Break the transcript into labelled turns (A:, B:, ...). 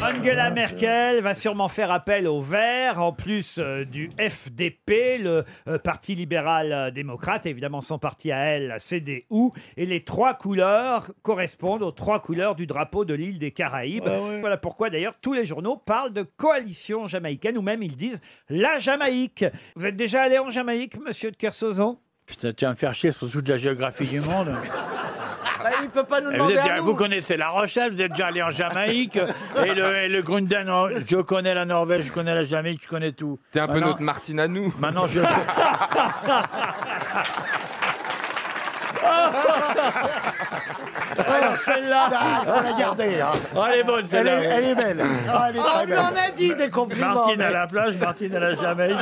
A: Angela Merkel va sûrement faire appel aux Verts, en plus euh, du FDP, le euh, Parti libéral euh, démocrate, évidemment son parti à elle, la CDU. Et les trois couleurs correspondent aux trois couleurs du drapeau de l'île des Caraïbes. Voilà pourquoi d'ailleurs tous les journaux parlent de coalition jamaïcaine, ou même ils disent la Jamaïque. Vous êtes déjà allé en Jamaïque, monsieur de Kersauzon
B: Putain, tu vas me faire chier sur toute la géographie du monde.
C: Bah, il peut pas nous
B: Et Eh, Vous,
C: demander
B: êtes-
C: à nous.
B: vous connaissez la Rochelle, vous êtes déjà allé en Jamaïque, et le, et le Grunden, en- je connais la Norvège, je connais la Jamaïque, je connais tout.
D: T'es un peu
B: Maintenant-
D: notre Martine à nous.
B: Maintenant, je...
A: Alors celle-là,
C: Ah, il faut la garder. hein.
B: Oh, elle est bonne,
C: Elle, est,
B: celle-là.
C: elle est belle. Ah, elle est
E: Oh,
C: très
E: on lui
B: Bah,
C: belle.
E: en a dit des compliments.
B: Martine à la plage, Martine à la Jamaïque.